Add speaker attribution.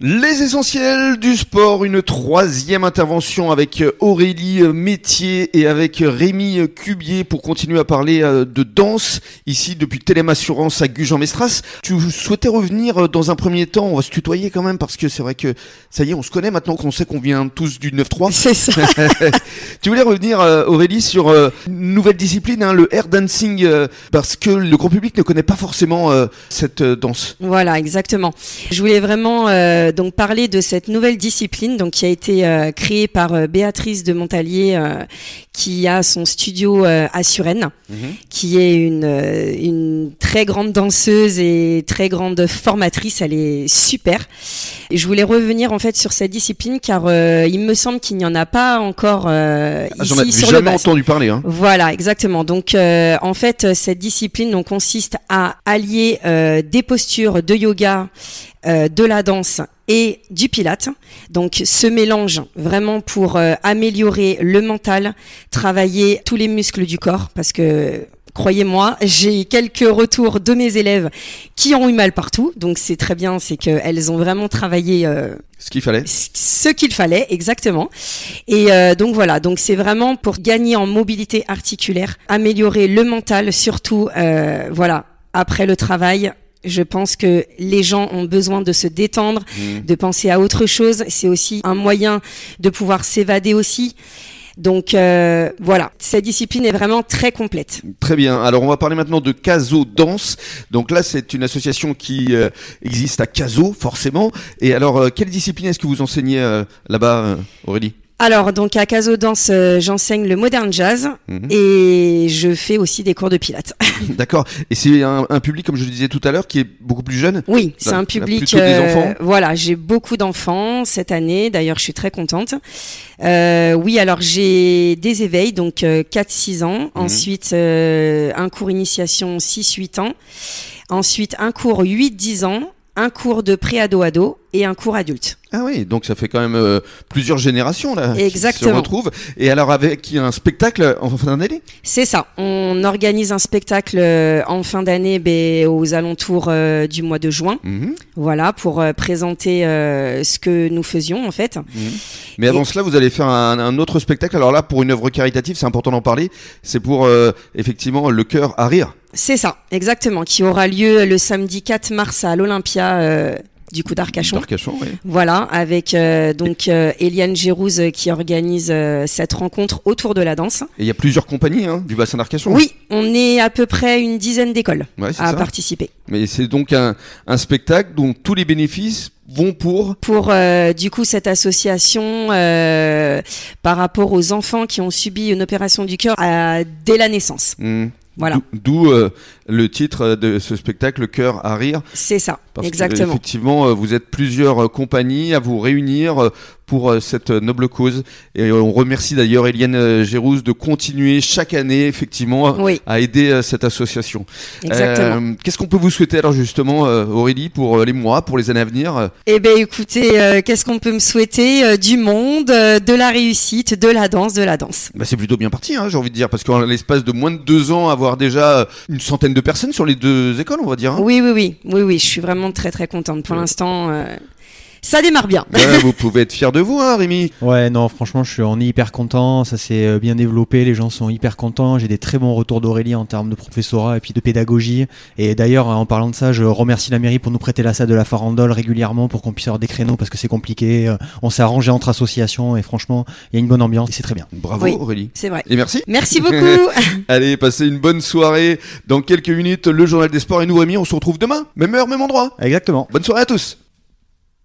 Speaker 1: Les essentiels du sport, une troisième intervention avec euh, Aurélie Métier et avec euh, Rémi Cubier pour continuer à parler euh, de danse ici depuis Télém Assurance à Gujan-Mestras. Tu souhaitais revenir euh, dans un premier temps, on va se tutoyer quand même parce que c'est vrai que ça y est, on se connaît maintenant qu'on sait qu'on vient tous du 9-3.
Speaker 2: C'est ça.
Speaker 1: Tu voulais revenir euh, Aurélie sur euh, une nouvelle discipline, hein, le air dancing, euh, parce que le grand public ne connaît pas forcément euh, cette euh, danse.
Speaker 2: Voilà, exactement. Je voulais vraiment euh, donc parler de cette nouvelle discipline donc qui a été euh, créée par euh, Béatrice de Montalier euh, qui a son studio euh, à Suresnes, qui est une euh, une très grande danseuse et très grande formatrice, elle est super. Et je voulais revenir en fait sur cette discipline car euh, il me semble qu'il n'y en a pas encore euh,
Speaker 1: Ah, J'en
Speaker 2: ici
Speaker 1: avais
Speaker 2: sur le
Speaker 1: jamais
Speaker 2: basque.
Speaker 1: entendu parler. Hein.
Speaker 2: Voilà, exactement. Donc, euh, en fait, euh, cette discipline donc, consiste à allier euh, des postures de yoga, euh, de la danse et du pilate. Donc, ce mélange vraiment pour euh, améliorer le mental, travailler tous les muscles du corps, parce que Croyez-moi, j'ai eu quelques retours de mes élèves qui ont eu mal partout, donc c'est très bien, c'est qu'elles ont vraiment travaillé euh,
Speaker 1: Ce qu'il fallait.
Speaker 2: ce qu'il fallait exactement. Et euh, donc voilà, donc c'est vraiment pour gagner en mobilité articulaire, améliorer le mental, surtout euh, voilà après le travail. Je pense que les gens ont besoin de se détendre, de penser à autre chose. C'est aussi un moyen de pouvoir s'évader aussi. Donc euh, voilà, cette discipline est vraiment très complète.
Speaker 1: Très bien. Alors on va parler maintenant de Caso Danse. Donc là c'est une association qui euh, existe à Caso forcément. Et alors euh, quelle discipline est-ce que vous enseignez euh, là-bas euh, Aurélie
Speaker 2: Alors donc à Caso Danse, euh, j'enseigne le modern jazz
Speaker 1: Mhm.
Speaker 2: et je fais aussi des cours de pilates.
Speaker 1: D'accord. Et c'est un, un public comme je le disais tout à l'heure qui est beaucoup plus jeune.
Speaker 2: Oui, c'est
Speaker 1: Là,
Speaker 2: un
Speaker 1: là,
Speaker 2: public. euh,
Speaker 1: plutôt des enfants
Speaker 2: voilà, j'ai beaucoup d'enfants cette année. D'ailleurs, je suis très contente. Euh, oui, alors j'ai des éveils, donc euh, 4-6
Speaker 1: Mhm.
Speaker 2: ans. Ensuite, euh, un cours initiation 6-8 ans. Ensuite, un cours 8-10 ans. Un cours de pré-ado-ado et un cours adulte.
Speaker 1: Ah oui, donc ça fait quand même euh, plusieurs générations là qui se
Speaker 2: Exactement.
Speaker 1: retrouvent. Et alors avec un spectacle en fin d'année
Speaker 2: C'est ça. On organise un spectacle euh, en fin d'année ben, aux alentours euh, du mois de juin.
Speaker 1: Mhm.
Speaker 2: Voilà, pour euh, présenter euh, ce que nous faisions en fait.
Speaker 1: Mhm. Mais avant cela, vous allez faire un, un autre spectacle. Alors là, pour une œuvre caritative, c'est important d'en parler. C'est pour euh, effectivement le cœur à rire.
Speaker 2: C'est ça, exactement, qui aura lieu le samedi 4 mars à l'Olympia euh, du coup d'Arcachon.
Speaker 1: D'Arcachon, oui.
Speaker 2: Voilà, avec euh, donc euh, Eliane Gérouz euh, qui organise euh, cette rencontre autour de la danse.
Speaker 1: Et il y a plusieurs compagnies hein, du bassin d'Arcachon.
Speaker 2: Oui, Ah, on est à peu près une dizaine d'écoles
Speaker 1: Ouais, c'est
Speaker 2: à
Speaker 1: ça.
Speaker 2: participer
Speaker 1: Mais c'est donc un, un spectacle dont tous les bénéfices vont pour.
Speaker 2: pour euh, du coup cette association euh, par rapport aux enfants qui ont subi une opération du cœur à- dès la naissance.
Speaker 1: Hmm.
Speaker 2: Voilà.
Speaker 1: D'où- D'où euh, le titre de ce spectacle, le cœur à rire.
Speaker 2: C'est ça,
Speaker 1: Parce
Speaker 2: exactement.
Speaker 1: Que, effectivement, euh, vous êtes plusieurs euh, compagnies à vous réunir euh, pour euh, cette euh, noble cause. Et euh, on remercie d'ailleurs Eliane euh, Gérouz de continuer chaque année, effectivement,
Speaker 2: Oui,
Speaker 1: à aider euh, cette association.
Speaker 2: exactement.
Speaker 1: Euh, Qu'est-ce qu'on peut vous souhaiter alors justement, euh, Aurélie, pour euh, les mois, pour les années à venir euh,
Speaker 2: Eh ben écoutez, euh, qu'est-ce qu'on peut me souhaiter Euh, Du monde, euh, de la réussite, de la danse, de la danse.
Speaker 1: bah, C'est plutôt bien parti, hein, j'ai envie de dire, parce qu'en l'espace de moins de deux ans, avoir déjà euh, une centaine de personnes sur les deux écoles, on va dire. hein.
Speaker 2: Oui, oui, oui, oui, oui, je suis vraiment très très contente. Pour
Speaker 1: Ouais.
Speaker 2: l'instant, euh, ça démarre bien.
Speaker 1: Ouais, vous pouvez être fiers de vous, hein, Rémi.
Speaker 3: Ouais, non, franchement, je suis on est hyper content. Ça s'est euh, bien développé. Les gens sont hyper contents. J'ai des très bons retours d'Aurélie en termes de professorat et puis de pédagogie. Et d'ailleurs, en parlant de ça, je remercie la mairie pour nous prêter la salle de la farandole régulièrement pour qu'on puisse avoir des créneaux parce que c'est compliqué. Euh, On s'est arrangé entre associations et franchement, il y a une bonne ambiance et c'est très bien.
Speaker 1: Bravo,
Speaker 2: Oui.
Speaker 1: Aurélie.
Speaker 2: C'est vrai.
Speaker 1: Et merci.
Speaker 2: Merci beaucoup.
Speaker 1: Allez, passez une bonne soirée. Dans quelques minutes, le journal des sports et nous, Rémi, on se retrouve demain. Même heure, même endroit.
Speaker 3: Exactement.
Speaker 1: Bonne soirée à tous.